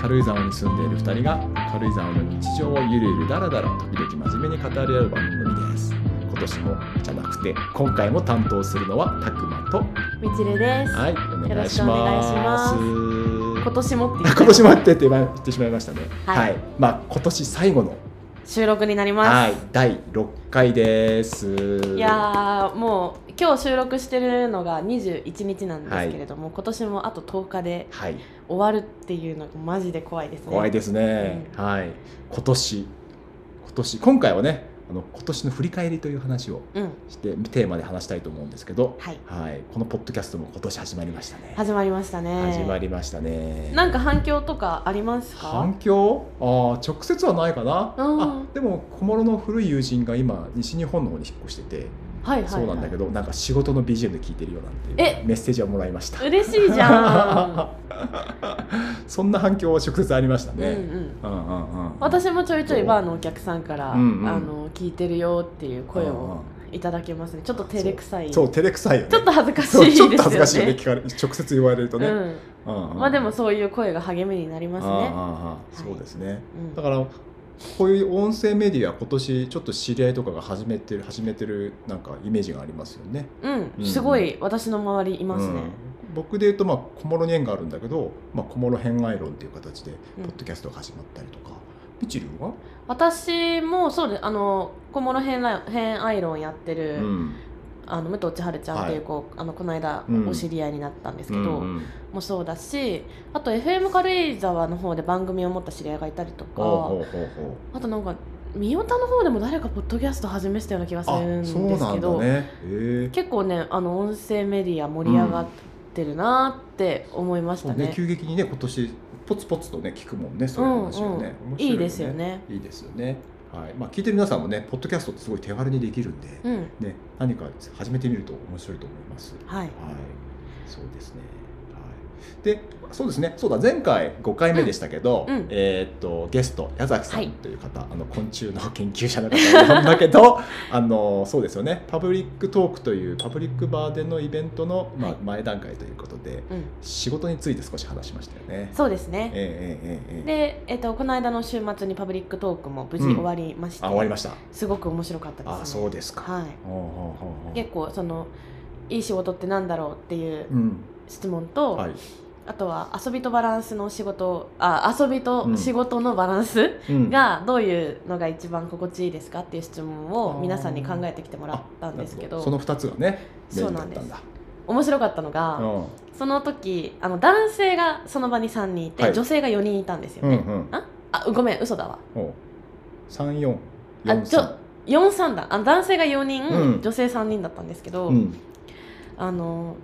軽井沢に住んでいる2人が軽井沢の日常をゆるゆるだらだら時々真面目に語り合う番組です今年もじゃなくて今回も担当するのはたくまとみちるです、はいお願いしますよろしく今年もって言っ今年も ってって言ってしまいましたねは、はいいまあ今年最後の収録になります、はい第6回ですいやーもう今日収録してるのが21日なんですけれども、今年もあと10日ではい終わるっていうのがマジで怖いですね怖いですね、はい今年今年今回はねあの今年の振り返りという話をうんしてテーマで話したいと思うんですけど、はいはい、このポッドキャストも今年始まりましたね。始まりましたね始まりましたね。なんか反響とかありますか反響ああ直接はないかな、うんあでも小諸の古い友人が今西日本の方に引っ越してて、はいはい、はい、そうなんだけどなんか仕事の BGM で聞いてるようなんていうえメッセージはもらいました嬉しいじゃそんな反響は直接ありましたん、うん うね、んうんうんうん、私もちょいちょいバーのお客さんから、うんうんあの聞いてるよっていう声うんうんをいただけますねちょっと照れくさいそう照れくさいよねちょっと恥ずかしいそうですちょよっねと恥ずかしいよね聞かれ直接言われるとね、うんうんうんまあでもそういう声が励みになりますああね。ああああそうですね、うんだからこういう音声メディア今年ちょっと知り合いとかが始めてる始めてるなんかイメージがありますよね。うん、うんすごい私の周りいますね。うん僕で言うとまあ小諸に縁があるんだけど、まあ、小諸偏愛論っていう形でうんポッドキャストが始まったりとか、みちるは、私もそうです。あの小諸編ラ編アイロンやってうる、ん、あの武藤千春ちゃんっていう子、あのこの間うんお知り合いになったんですけど、うんうんもそうだし、あと FM 軽井沢の方で番組を持った知り合いがいたりとか、ほうほうほうほうあとなんか三代田の方でも誰かポッドキャスト始めてたような気がするんあですそうなけんだど、ね。え結構ねあの音声メディア盛り上がってるなって思いましそたうね急激にね今年ポツポツとね聞くもんねそういう話をね、面白いいですよね。いいですよね。はい、まあ聞いてる皆さんもね、ポッドキャストってすごい手軽にできるんで、うん、ね、何か始めてみると面白いと思います。ははいい、、そうですね。はい。で、そうですね。そうだ、前回5回目でしたけど、うんうんえーっとゲスト矢崎さはいんという方、あの昆虫の研究者の方なんだけ ど、あのそうですよね。パブリックトークというパブリックバーでのイベントのまあはい前段階ということで、うん、仕事について少し話しましたよね。そうですね。ええええええええ。で、えっとこの間の週末にパブリックトークも無事うん終わりまして、あ、終わりました。すごく面白かったです、ね。あ、そうですか。はほうほうほうほうい。結構そのいい仕事ってなんだろうっていううん、質問と、はい、あとは遊びとバランスの仕事、あ、遊びと仕事のバランスうんがどういうのが一番心地いいですかっていう質問を皆さんに考えてきてもらったんですけど、その二つがね、メイそうンなだっんでたすん。だ。面白かったのうが、んその時あの男性がその場に3人いて、はい女性が4人いたんですようんね。うんああごめん嘘だわおう。三四あ四ちょ三。 43段あ男性が4人、うん女性3人だったんですけど、うんあの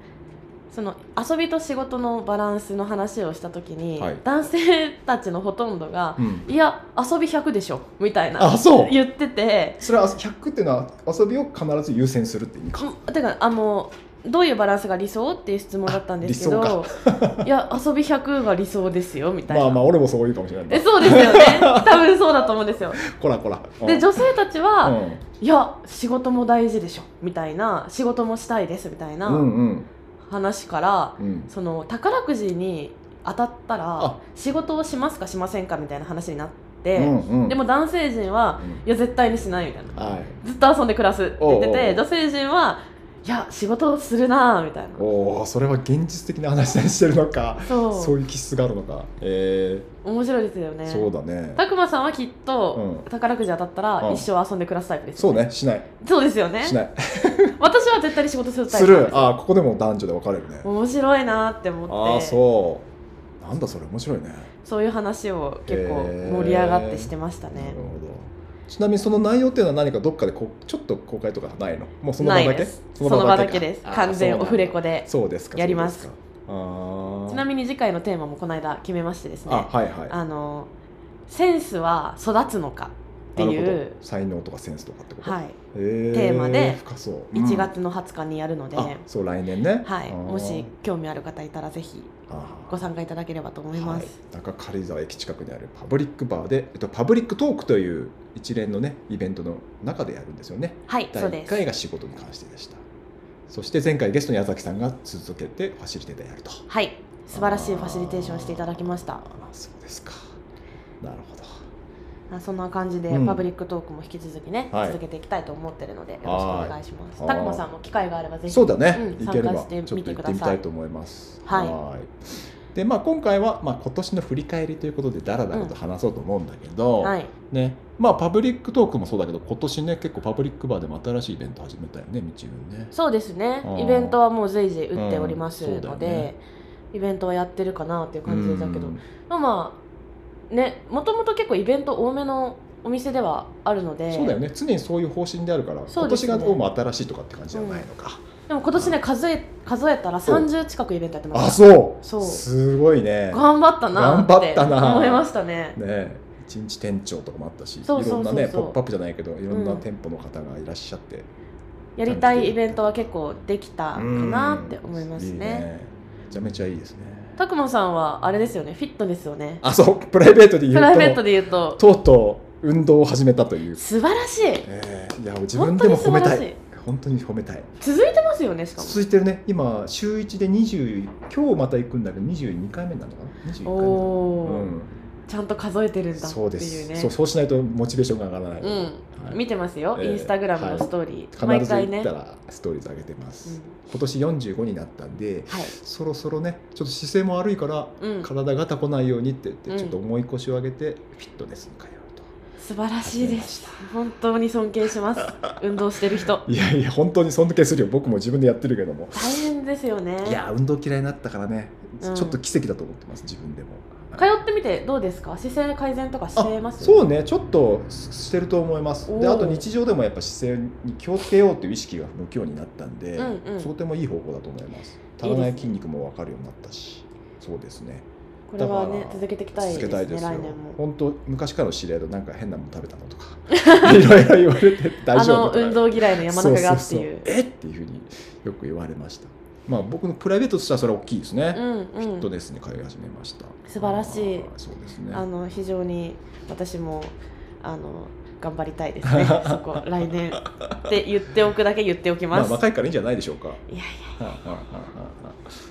その遊びと仕事のバランスの話をした時に、はい男性たちのほとんどがうん「いや遊び100でしょ」みたいなあ、そう。言っててそれは百っていうのは遊びを必ず優先するって意味か。うんてかあのどういうバランスが理想っていう質問だったんですけあど「いや遊び100が理想ですよ」みたいな。まあまあ俺もそう言うかもしれないえな。そうですよね 多分そうだと思うんですよこらこら。で性女性たちは、うんいや仕事も大事でしょみたいな仕事もしたいですみたいうなんうん話から、うん。その宝くじに当たったらあ仕事をしますかしませんかみたいな話になっうて、んうん。でも男性陣はうん、いや絶対にしないみたいなはい。ずっと遊んで暮らすって言っておてうおうおう女性陣はいや仕事をするなぁみたいなおお、それは現実的な話にしてるのか。そうそういう気質があるのか。え面白いですよえ、ねそうだね。たくまさんはきっと、う宝くじ当たったらうん一生遊んで暮らすタイプですよそうね、しない。そうですよねしない。私は絶対に仕事するタイすプなんでるす。よあー、ここでも男女で分かれるね。面白いなって思ってああそうなんだそれ面白いねそういう話を結構盛り上がってしてましたなねる。ほどちなみにその内容っていうのは何かどっかでこうちょっと公開とかないのもうそのな場いだけです。その場だけです。あー完全オフレそコうなんでだ。そうですかやりまそうすですかあちなにみに次回のテーマもこの間決めましてですね。ああ,、はいはいのセンスは育つのかっていなるうほど才能とかセンスとかってこと、はいえーテーマで深そう、うん1月の20日にやるので、あそう来年ねはいあーもし興味ある方いたらぜひあーご参加いただければと思います。はい、中軽井沢駅近くにあるパブリックバーで、えっと、パブリックトークという一連のねイベントの中でやるんですよねはい、第そうで1す。回が仕事に関してでしたそして前回ゲストに矢崎さんが続けてファシリテーターやるとはい素晴らしいファシリテーションしていただきましたあそうですかなるほどあそんな感じで、うんパブリックトークも引き続きね、はい続けていきたいと思ってるのでよろしくお願いしまはすいたくまさんも機会があればぜひそうだね、うん行ければ参加してちょっみとて行ってくだみさたいいと思います。はいいでまあ、今回は、まあ、今年の振り返りということでだらだらと話そうと思うんだけど、はいねまあ、パブリックトークもそうだけど今年ね結構パブリックバーでも新しいイベント始めたよねみちるね。そうですねあーイベントはもう随時打っておりますうんそうだよので、ねイベントはやってるかなっていう感じだけどうんまあまあねもともと結構イベント多めのお店ではあるのでそうだよね常にそういう方針であるから、そ今うです年ねがどうも新しいとかって感じじゃないのか、でも今年ね数え数えたら30近くイベントやってまあしたそうそうすごいね頑張ったな頑張ったな思いましたねね一日店長とかもあったしそうそうそうそういろんなねポップアップじゃないけどいろんな店舗の方がいらっしゃって、やりたいイベントは結構できたかなって思いますいいねめちゃめちゃいいですねたくまさんはあれですよねフィットネスをねあそうプライベートでプ言ライベーうトとで言うととうとう運動を始めたという、素晴らしいえーいや自分でも褒めた本当に素晴らしい本当に褒めたい続いてますよねしかも続いてるね今週1で20今日また行くんだけど22回目なのかな21回目おーうん、ちゃんと数えてるんだってそうでいすうねそうそうしないとモチベーションが上がらない、うん、はい見てますよ、ええインスタグラムのストーリー、必毎ず回行ね、っうたん、らストーリーズ上げてます、今年45になったんではい、そろそろねちょっと姿勢も悪いからうん、体がたこないようにって言って、うんちょっと重い腰を上げてフィットネスに通うと素晴らしいです本当に尊敬します運動して る人いやいや本当に尊敬するよ僕も自分でやってるけども大変ですよねいや運動嫌いになったからね、うんちょっと奇跡だと思ってます自分でも通ってみてどうですか姿勢改善とかしてあますそうねちょっとしてると思いますでおーあと日常でもやっぱ姿勢に気をつけようという意識が向くようになったんで、うんうんとてもいい方向だと思います足いらですねない筋肉も分かるようになったしそうですねこれはだねから続けていきたい続けですたいねですよ来年も本当昔からの知り合いとなんか変なもの食べたのとか いろいろ言われて大あ丈夫の運動嫌いの山中がっていうえっていうふうによく言われましたまあ僕のプライベートとしてはそれは大きいですね、うんフィッうトんネスに通い始めました素晴らしいあーそうですねあの非常に私もあの頑張りたいです ねそこ来年って言っておくだけ言っておきままあす、若いからいいんじゃないでしょうかはいいやいやはいはいはいはい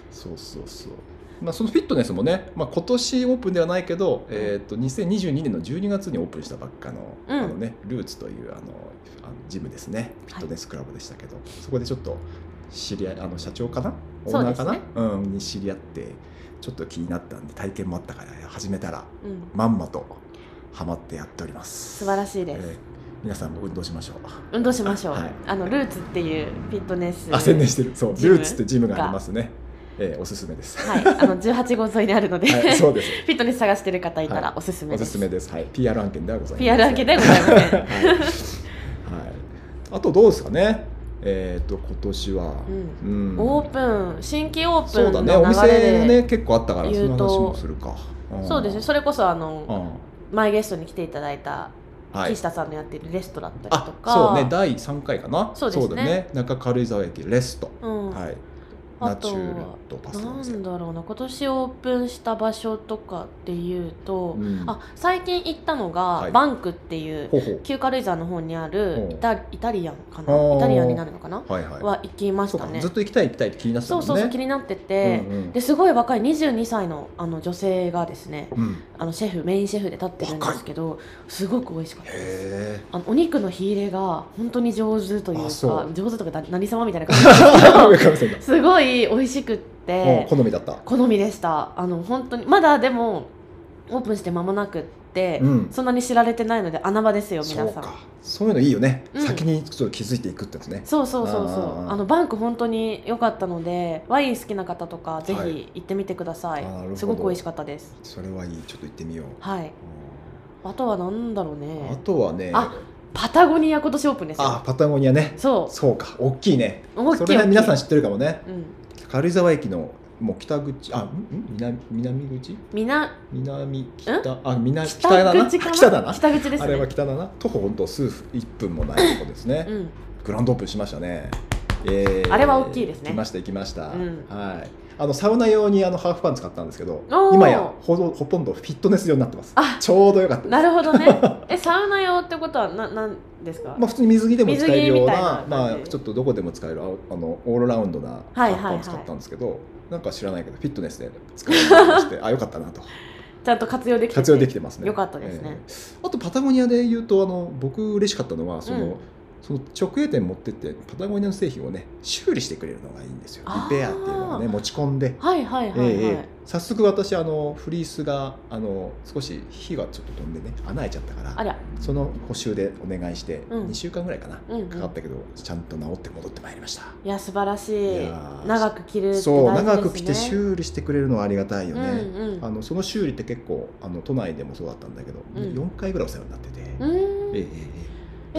そうそうそうまあ、そのフィットネスもね、まあ、今年オープンではないけど、えー、と2022年の12月にオープンしたばっかの,、うんあのね、ルーツというあのあのジムですねフィットネスクラブでしたけど、そこでちょっと知り合いあの社長かなオーナーかなそうでうん、に知り合ってちょっと気になったんで体験もあったから始めたらうん、まんまとハマってやっております素晴らしいです、えー皆さんも運動しましょう運動しましょう、はいあのルーツっていうフィットネスあ宣伝してるそうジムルーツってジムがありますね、えーおすすめですはい、あの18号沿いにあるので、はい、 フそうです。ィットネス探してる方いたはいらおすすめおですす。すめです。はい、PR 案件ではございません。 PR 案件ではございません はい。はいあとどうですかね。えっ、と今年は、ううんオープン新規オープそうンだのね。お流れ店でもね結構あったからその言う話ともするか。んそうですね。。それこそあのう前ゲストに来ていただいんたはい岸。田さんのやってるレストランだったりあと、か、そうね。第三回かな。そうですねだね。中軽井沢駅レスト。うん、はい。ナあチとュラとパスタのな店。んだろうな今年オープンした場所とかっていうと、うんあ最近行ったのが、はいバンクっていうほうほ旧軽井沢の方にあるほうイタイタリアンかあーなイタリアンになるのかなう。はいはい。は行きましそうたかねずっと行きたい行きたいって気になってたそもうんね。そうそう気になってて、うんうんですごい若い22歳のあの女性がですねうん。あのシェフメインシェフで立ってるんですけどすごく美味しかったですへえ。あのお肉の火入れが本当に上手というあかそう上手とかだ何様みたいな感じ なんですけどすごい美味しくっうんて好みだった。好みでしたあの本当にまだでもオープンして間もなくって、うん。そんなに知られてないので穴場ですよ皆そさんうか。そういうのいいよね。うん先にちょっと気づいていくってやつね。そうそうそうそあーあーあうーあのバンク本当に良かったのでワイン好きな方とかぜはいひ行ってみてください、あーなるほどすごく美味しかったですそれはいい。ちょっと行ってみよう。はいあとはなんだろううんあねとはね。あパタゴニア今年オープンですあよパタゴニアね。そそうか。大きいね。う大きいそれね皆さん大きい知ってるかもね。うん軽井沢駅のもう北口あんん南南口みな南北あ南北だな口かな北だな。北口ですあれはね北だな。徒歩本当数分一分もないとこですねう。んグランドオープンしましたね。えーあれは大きいですね行きました行きました。うんはい。あのサウナ用にあのハーフパンツ買ったんですけどお、ー今やほどほとんどフィットネス用になってますあ。ちょうどよかった。なるほどねえサウナ用ってことはななんですか、まあ普通に水着でも使えるような水着みたいな感じまあちょっとどこでも使えるああのオールラウンドなハはいはいはいーフパンツ買ったんですけど、なんか知らないけどフィットネスで使うようになりましてあよかったなとちゃんと活用できてて活用できてますねよかったですねええあとパタゴニアで言うとあの僕嬉しかったのはその、うんその直営店持ってってパタゴニアの製品をね修理してくれるのがいいんですよあーリペアっていうのがね持ち込んで、はいはいはいはえい、えええ早速私あのフリースがあの少し火がちょっと飛んでね穴開いちゃったからありゃその補修でお願いしてうん2週間ぐらいかな、うんうんかかったけどちゃんと治って戻ってまいりました、いや素晴らしいいやー長く着るって大事です、ね、そう長く着て修理してくれるのはありがたいよね、うんうんあのその修理って結構あの都内でもそうだったんだけど、うん4回ぐらいお世話になってて、うーんえええええ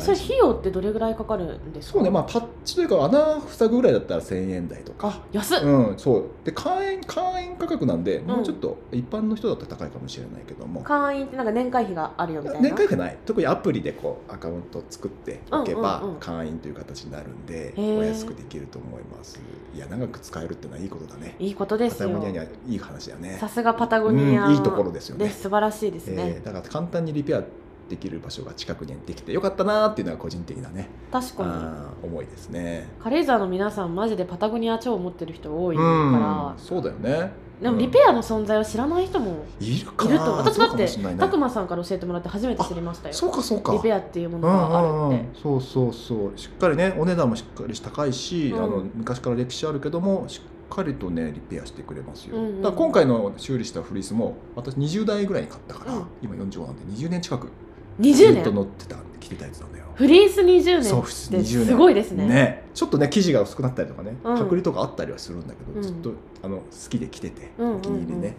それ費用ってどれぐらいかかるんですかそうねまあパッチというか穴塞ぐぐらいだったら1000円台とか安っ、うんそうで会員会員価格なんで、んもうちょっと一般の人だったら高いかもしれないけども会員ってなんか年会費があるよみたいな年会費ない特にアプリでこうアカウント作っておけばうんうんうん会員という形になるんで、ーお安くできると思いますいや長く使えるってのはいいことだねいいことでパすタゴよニアにはいい話だねさすがパタゴニア、うんいいところですよね素晴らしいですえね、ーだから簡単にリペアできる場所が近くにできてよかったなーっていうのは個人的なね、確かあー思いですね。にカレーザーの皆さんマジでパタゴニア超持ってる人多いかうんら、そうだよね。でもリペアの存在を知らない人もいるいかるなと思う私そだうかっもてしれないね拓磨さんから教えてもらって初めて知りましたよそうかそうか。リペアアっていうものがあるってそうそうそうしっかりねお値段もしっかり高いし、うんあの昔から歴史あるけどもしっかりとねリペアしてくれますよ、うんうんだから今回の修理したフリースも私20代ぐらいに買ったから、うん今45なんで20年近くず20っと年乗ってた着てたやつなんだよフリース20年そうっ普通て20年すごいですねちょっとね生地が薄くなったりとかねうん隔離とかあったりはするんだけど、うんずっとあの好きで着てて、うんうんうんお気に入りね、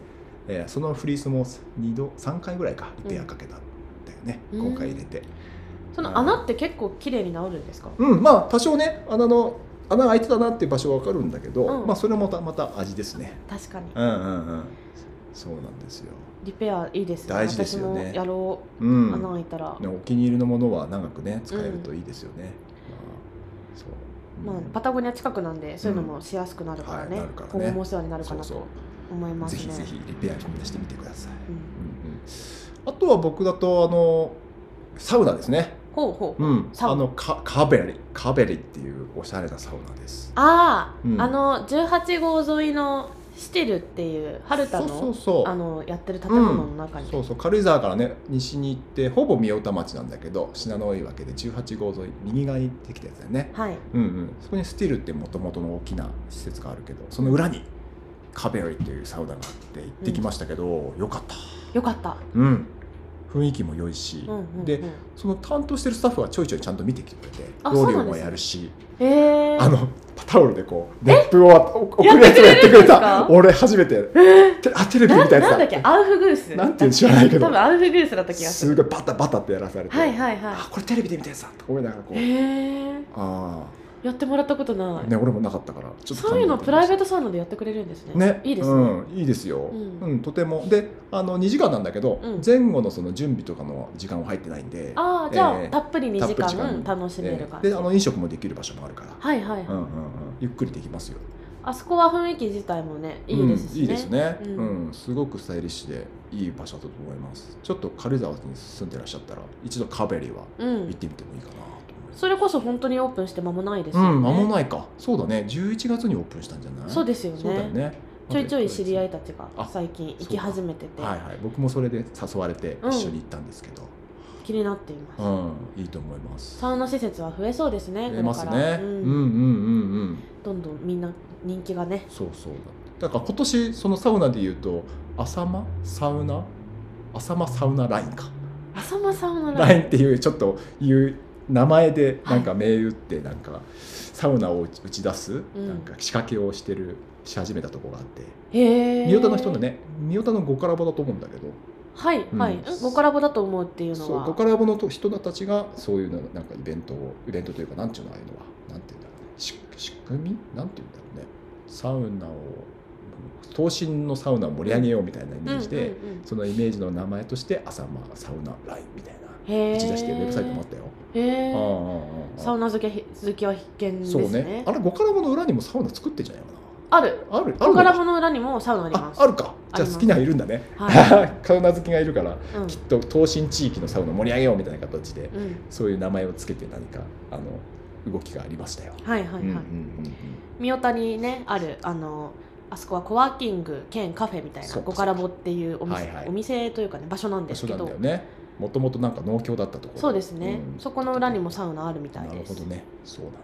えーそのフリースも2度3回ぐらいかリペアかけたんだよね、うん今回入れてその穴って結構綺麗に治るんですかうんまあ多少ね穴の穴が開いてたなっていう場所は分かるんだけど、うんまあそれもまたまた味ですね確かにうんうんうんそうなんですよリペアいいですね大事ですよね私もやろうう、穴ん開いたら、ねお気に入りのものは長くね使えるといいですよね、まあそううんまあ、パタゴニア近くなんでそういうのもしやすくなるからはね,、いなるからね今後もお世話になるかなそうとそう思いますぜねひぜひリペアみんなしてみてください。うんあとは僕だとあのサウナですね。ほうほう、うん。サウナあのカカーベリカーベリっていうおしゃれなサウナです。ああ、うんあの18号沿いのシテルっていう春田のそうそうそう。あのやってる建物の中に、そうそう軽井沢からね西に行ってほぼ御代田町なんだけど信濃わけで18号沿い右側にできたやつだよね。はいうんうん。そこにスティルってもともとの大きな施設があるけどその裏にカーベリっていうサウナがあって行ってきましたけど、よかった。よかった、うん。雰囲気も良いし、うんうんうん、でその担当してるスタッフはちょいちょいちゃんと見てきてくれてあ料理そうなをんですねもやるしえー、あのタオルでこう熱風を送るやつをやってくれやってたく俺初めててあテレビみなたいななんだっけやつだアウフグースなんていうの知らないけど多分アウフグースだった気がすするごいバタバタってやらされて、はいはいはいあこれテレビで見たやつだと思いながらこう、へえあやってもらったことなあい、ね俺もなかったからちょっとそういうのプライベートトサウナでやってくれるんですねねいいですね、うん、いいですよ、ううんんとてもであの2時間なんだけど、うん前後のその準備とかの時間は入ってないんでああじゃあ、ええたっぷり2時たっぷり間楽しめる感じ、ええであの飲食もできる場所もあるから、はいはい、うんうんうん、ゆっくりできますよあそこは雰囲気自体もねいいですしうね,、ん、いいですね、ううんんすごくスタイリッシュでいい場所だと思いますちょっと軽井沢に住んでらっしゃったら一度カベリはうん行ってみてもいいかなと思います、それこそ本当にオープンして間もないですうよね、ん間もいないかそうだね11月にオープンしたんじゃないそうですよねそうだよねちょいちょい知り合いいたちがあ最近行き始めてて、はいはい僕もそれで誘われてうん一緒に行ったんですけど、気になっています、うんいいと思いますサウナ施設は増えそうですね出ますこれからね、う、うんうんうんんうんうんどんどんみんな人気がねそうそうだだから今年そのサウナでいうと浅間サウナ浅間サウナラインか浅間サウナララインインっていうちょっという名前でなんか銘打ってなんかサウナを打ち出すんなんか仕掛けをしてるし始めたところがあってへえ三代田の人のね三代田の五からぼだと思うんだけどはいうんはい、うん、ごからぼだと思うっていうのそうは五からぼのと人たちがそういうのなんかイベントをイベントというかなんていうのああいうのはなんていうんだろうねし仕組みなんていうんだろうねサウナを等身のサウナを盛り上げようみたいなイメージで、うんうんうんそのイメージの名前として浅間サウナラインみたいなへえ打ち出してるウェブサイトもあったよ。へえああああああサウナ好きは好きは必見ですそうねねあれ五からぼの裏にもサウナ作ってんじゃないかあるなあるある小のか柄物の裏にもサウナありあますあるかじゃありまあす好きな人いるんだねは サウナ好きがいるからい、うんきっと東身地域のサウナ盛り上げようみたいな形でうん、そういう名前をつけて何かあの動きがありましたよ。はいはいはい、うんうんうんうん三代田にねあるあのあそこはコワーキング兼カフェみたいなそうかゴカラボっていうおは店、いはいお店というかね場所なんで場す所けなんどだよねもともとなんか農協だったところそうですね、うんそこの裏にもサウナあるみたいなるでほすどねそうなんだ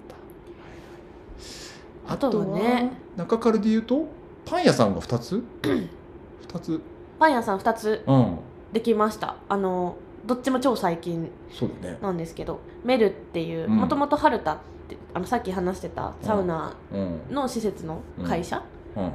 あとはねあとは中からで言うとパン屋さんが2つ2つパン屋さん2つうんできましたあのどっちも超最近そうだねなんですけどメルっていううんもともと春田ってあのさっき話してたサウナうんうんの施設の会社うんうん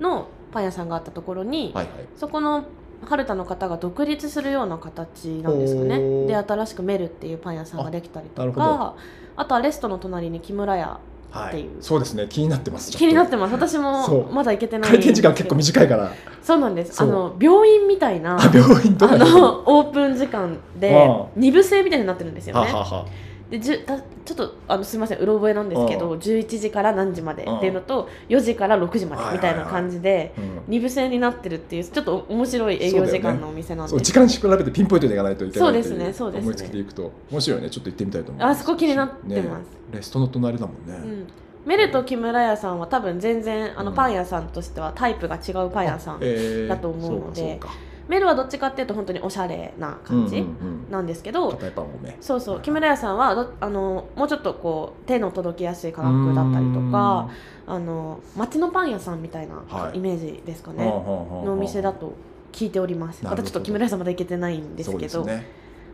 のパン屋さんがあったところに、はいはいそこの春田の方が独立するような形なんですかほねうで新しくメルっていうパン屋さんができたりあなとるほどかあとはレストの隣に木村屋はっていうそうですね気になってますちょと気になってます私そもうまだ行けてない開店時間結構短いからそうなんですそあうの病院みたい なあ病院とかあにはのオープン時間でう2部制みたいになってるんですよはねはでじゅたちょっとあのすみませんうろ覚えなんですけどう11時から何時までうんっていうのと4時から6時まはでいみはいはたいいな感じでうん2部制になってるっていうちょっと面白い営業時間のお店なんそうで時間比べてピンポイントでいかないといけないそうですといねそうですね思いつきでいくと面白いねちょっと行ってみたいと思うあそこ気になってますねレストの隣だもんね、うん、メルと木村屋さんは多分全然あのうんパン屋さんとしてはタイプが違うパン屋さん、えーだと思うのでそうかメルはどっちかっていうと本当におしゃれなそうか感じうんうんうんなんですけど、硬いパンをねそうそう木村屋さんはどあのもうちょっとこう手の届きやすい価格だったりとかあの町のパン屋さんみたいなはいイメージですかうーんね、はあはあはあのお店だと聞いておりますなまるほどたちょっと木村屋さんまだ行けてないんですけそど、うですね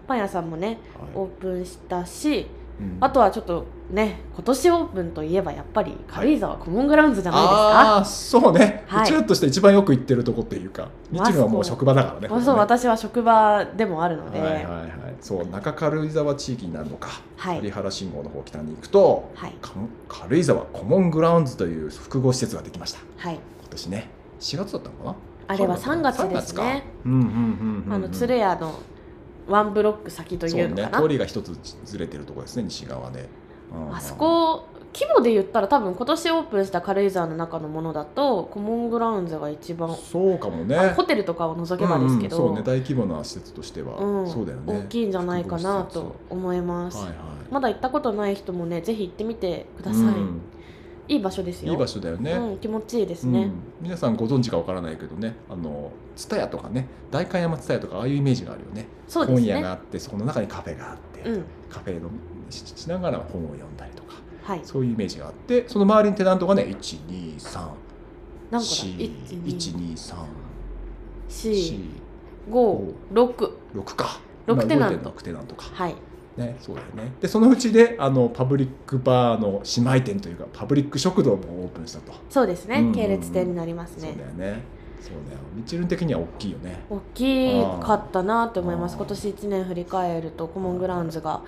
パン屋さんもねはオープンしたしいうんあとはちょっとね今年オープンといえばやっぱり軽井沢コモングラウンズじゃないですか、あーそうね、はいうちらとして一番よく行ってるとこっていうかみちるはもう職場だからねまあそうここね私は職場でもあるので、ははいいはいはいそう中軽井沢地域になるのかはい有原信号の方北に行くとはいか軽井沢コモングラウンズという複合施設ができました今年ね4月だったのかなあれは3月3ですね。かうんうんうんうんあの鶴屋のワンブロック先とそいううのねかな、通りが一つずれてるところですね西側で、うんうんあそこ規模で言ったら多分今年オープンした軽井沢の中のものだとコモングラウンズが一番そうかもねホテルとかを除けばですけど、うんうんそうね大規模な施設としては、うんそうだよね大きいんじゃないかなと思います、はいはいまだ行ったことない人もねぜひ行ってみてください、うんいい場所ですよいい場所だよね、うん、気持ちいいですうね、ん皆さんご存知かわからないけどねあの蔦屋とかね代官山蔦屋とかああいうイメージがあるよねそうです本屋がねあってそこの中にカフェがあって、うんカフェのししながら本を読んだりとかはいそういうイメージがあってその周りにテナントがね1234何個だ1234567 12346か六まあテナ動いてるントのは六テナントかはいね、そうだよね。で、そのうちで、あの、パブリックバーの姉妹店というか、パブリック食堂もオープンしたと。そうですね、うんうんうん系列店になりますそうねだよね。そうだよ。みちるん的には大きいよね。大きかったなって思いますあー今年1年振り返るとコモングラウンズが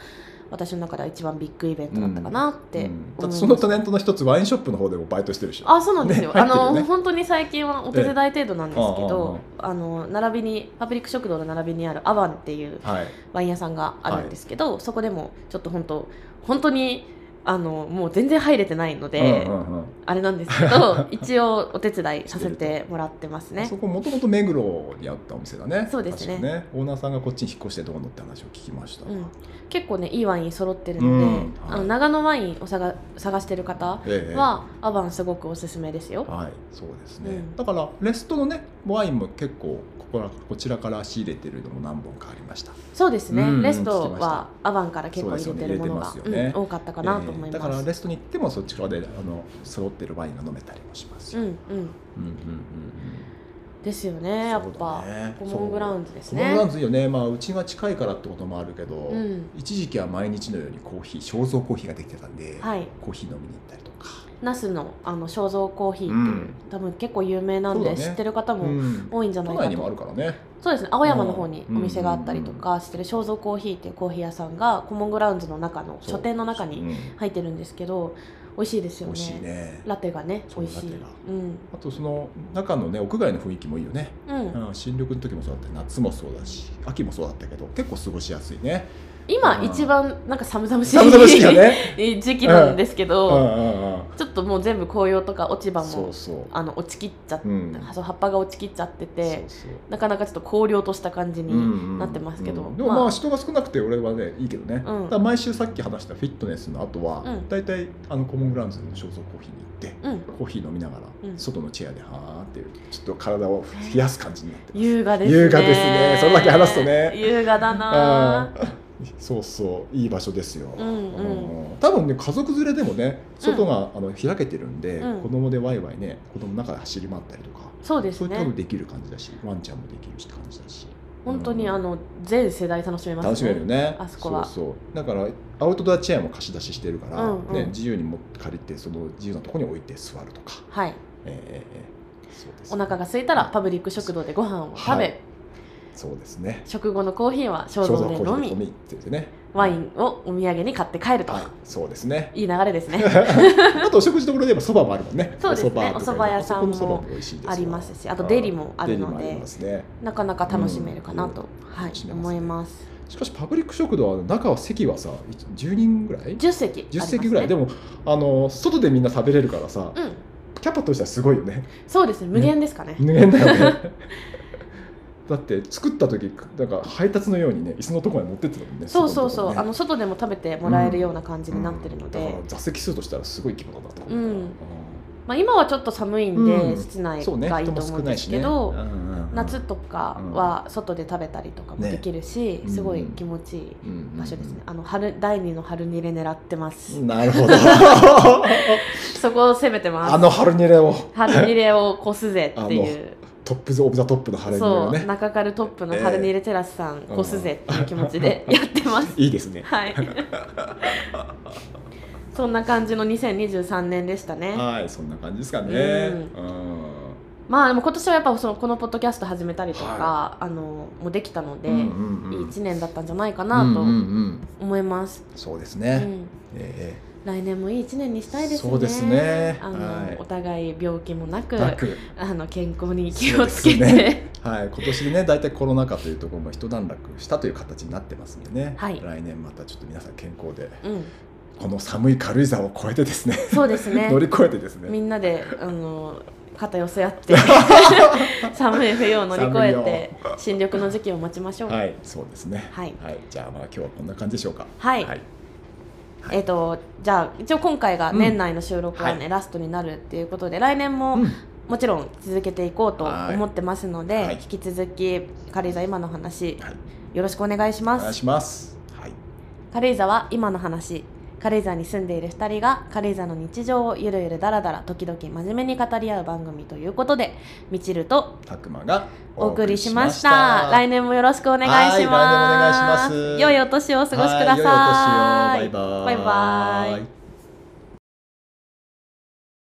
私の中では一番ビッグイベントだったかなってうんだっ思いてます、そのタレントの一つ、ワインショップの方でもバイトしてるでしょ。あそうなんですよ、ね入っあてるよのね本当に最近はお手伝い程度なんですけど、えあの並びにパブリック食堂の並びにあるアバンっていうはい。ワイン屋さんがあるんですけど、そこでもちょっと本当本当にあのもう全然入れてないので、うんうんうんあれなんです けど一応お手伝いさせてもらってますあねそこもともと目黒にあったお店だね。そうですね確かオーナーさんがこっちに引っ越してどうのって話を聞きました。うん、結構ねいいワイン揃ってるので、うんあの長野ワインを探探してる方ええは、アバンすごくおすすめですよはい、そうですね。うんだからレストのね、ワインも結構ここらこちらから仕入れてるのも何本かありました。そうですね、うんレストはアバンから結構入れてるものが、そうですよね入れてますよねうん多かったかなと思いえーだかまらす、レストに行ってもそっち側であの揃ってるワインが飲めたりもしますよ。うんうんうんうんうんですよねやっぱ、そうだねコモングラウンズですうん。このねランズいいよね。まあうちが近いからってこともあるけど、うん一時期は毎日のようにコーヒー、肖像コーヒーができてたんで、はいコーヒー飲みに行ったりとか。ナスのあの肖像コーヒーっていう、うん多分結構有名なんで、そうだ知ねってる方もん多いんじゃな都いか内と、にもあるからね。そうですね青山の方にお店があったりとかしてる肖像コーヒーっていうコーヒー屋さんがコモングラウンズの中の書店の中にうん入ってるんですけど美味しいです美よね味しいね。ラテがねそう美味しラいテがうんあとその中のね屋外の雰囲気もいいよね。うん、うん、新緑の時もそうだった夏もそうだし秋もそうだったけど結構過ごしやすい ね今一番なんか寒々しい寒々しいよね 時期なんですけうんど、うんうんちょっともう全部紅葉とか落ち葉もそうそうあの落ちきっちゃって、うんそう葉っぱが落ちきっちゃっててそうなかなかちょっと荒涼とした感じそうに、うんなってますけどうんでもままああ人が少なくて俺はねいいけどね、うんだから毎週さっき話したフィットネスの後は、うんだいたいあのコモモングランズの肖像コーヒーに行ってうんコーヒー飲みながら、うん外のチェアではーってちょっと体を冷やす感じになってます優雅ですね優雅ですねそれだけ話すとね優雅だなうん そうそういい場所ですよ、うんうんうん多分ね家族連れでもね外が、あの開けてるんで、うん子供でワイワイね子供の中で走り回ったりとかそうですそういう多分ねできる感じだしワンちゃんもできるし感じだし本当にうんあの全世代楽しめますね楽しめるよねあそこはそうそうだからアウトドアチェアも貸し出ししてるから、うんうんね、自由に持って借りてその自由なところに置いて座るとか、はいえーえーえーそうですお腹が空いたらパブリック食堂でご飯を食べ、はいそうですね食後のコーヒーは肖像で飲飲みみって言ってねワインをお土産に買って帰ると、はいそうですね いい流れですねあとお食事どころで言えばそばもあるもんねそうですねおそばとかお蕎麦屋さんあもそこの蕎麦美味しいですよありますしあとデリもあるデのリもありでますねなかなか楽しめるかなと、はい楽しめますね思いますしかしパブリック食堂は中は席はさいつ10人ぐらい10席あります、ね、 10席ぐらい、でもあの外でみんな食べれるからさ、うんキャパとしてはすごいよねそうですね無限ですかね、無限だよね だって作った時なんか配達のようにね椅子のとこまで持ってってたもんねそうそうそう、外あののとこ外でも食べてもらえるような感じになってるので、ねだから座席数としたらすごい規模だなと思う、うんまあ、今はちょっと寒いんで、うん室内そうねがいい人とも思少うんなでいすしけねど、うんうんうん夏とかは外で食べたりとかもできるし、ねすごい気持ちいいうんうんうん場所ですね、あの春第二の春にれ狙ってます、なるほ どそこを攻めてますあの春にれを春にれを越すぜ っていうトップズ・オブ・ザ・トップの春にれそをう、ね中軽トップの春にれテラスさんええ越すぜっていう気持 ちでやってますいいですねはいそんな感じの2023年でしたねはいそんな感じですかねうまあでも今年はやっぱそのこのポッドキャスト始めたりとか、はあのもうできたので、うんうんうんいい1年だったんじゃないかうなんうんとうん思います、そうですうね、んえ来年もいい1年にしたいですねそうですねあの、はいお互い病気もなえくなくあの健康に気をつけて、そうではい、今年でね大体コロナ禍というところも一段落したという形になってますんでね、はい来年またちょっと皆さん健康でうん、この寒い軽井沢を越えてですねそうですね乗り越えてですねみんな であの肩寄せ合って 寒い冬を乗り越えて新緑の時期を待ちましょう。はいそうですねはいじゃあまあ今日はこんな感じでしょうかはいはい、えっ、とじゃあ一応今回がうん年内の収録はね、はラストになるっていうことで来年も、うんもちろん続けていこうとはい思ってますので、はい引き続き軽井沢今の話はい、よろしくお願いしおま願いすしますはい軽井沢今の話軽井沢に住んでいる2人が軽井沢の日常をゆるゆるだらだら時々真面目に語り合う番組ということでみちるとたくまがお送りしました。来年もよろしくお願いしまはいす。来年もお願いします良いお年をお過ごしください。は良いお年をバイバイバイバイ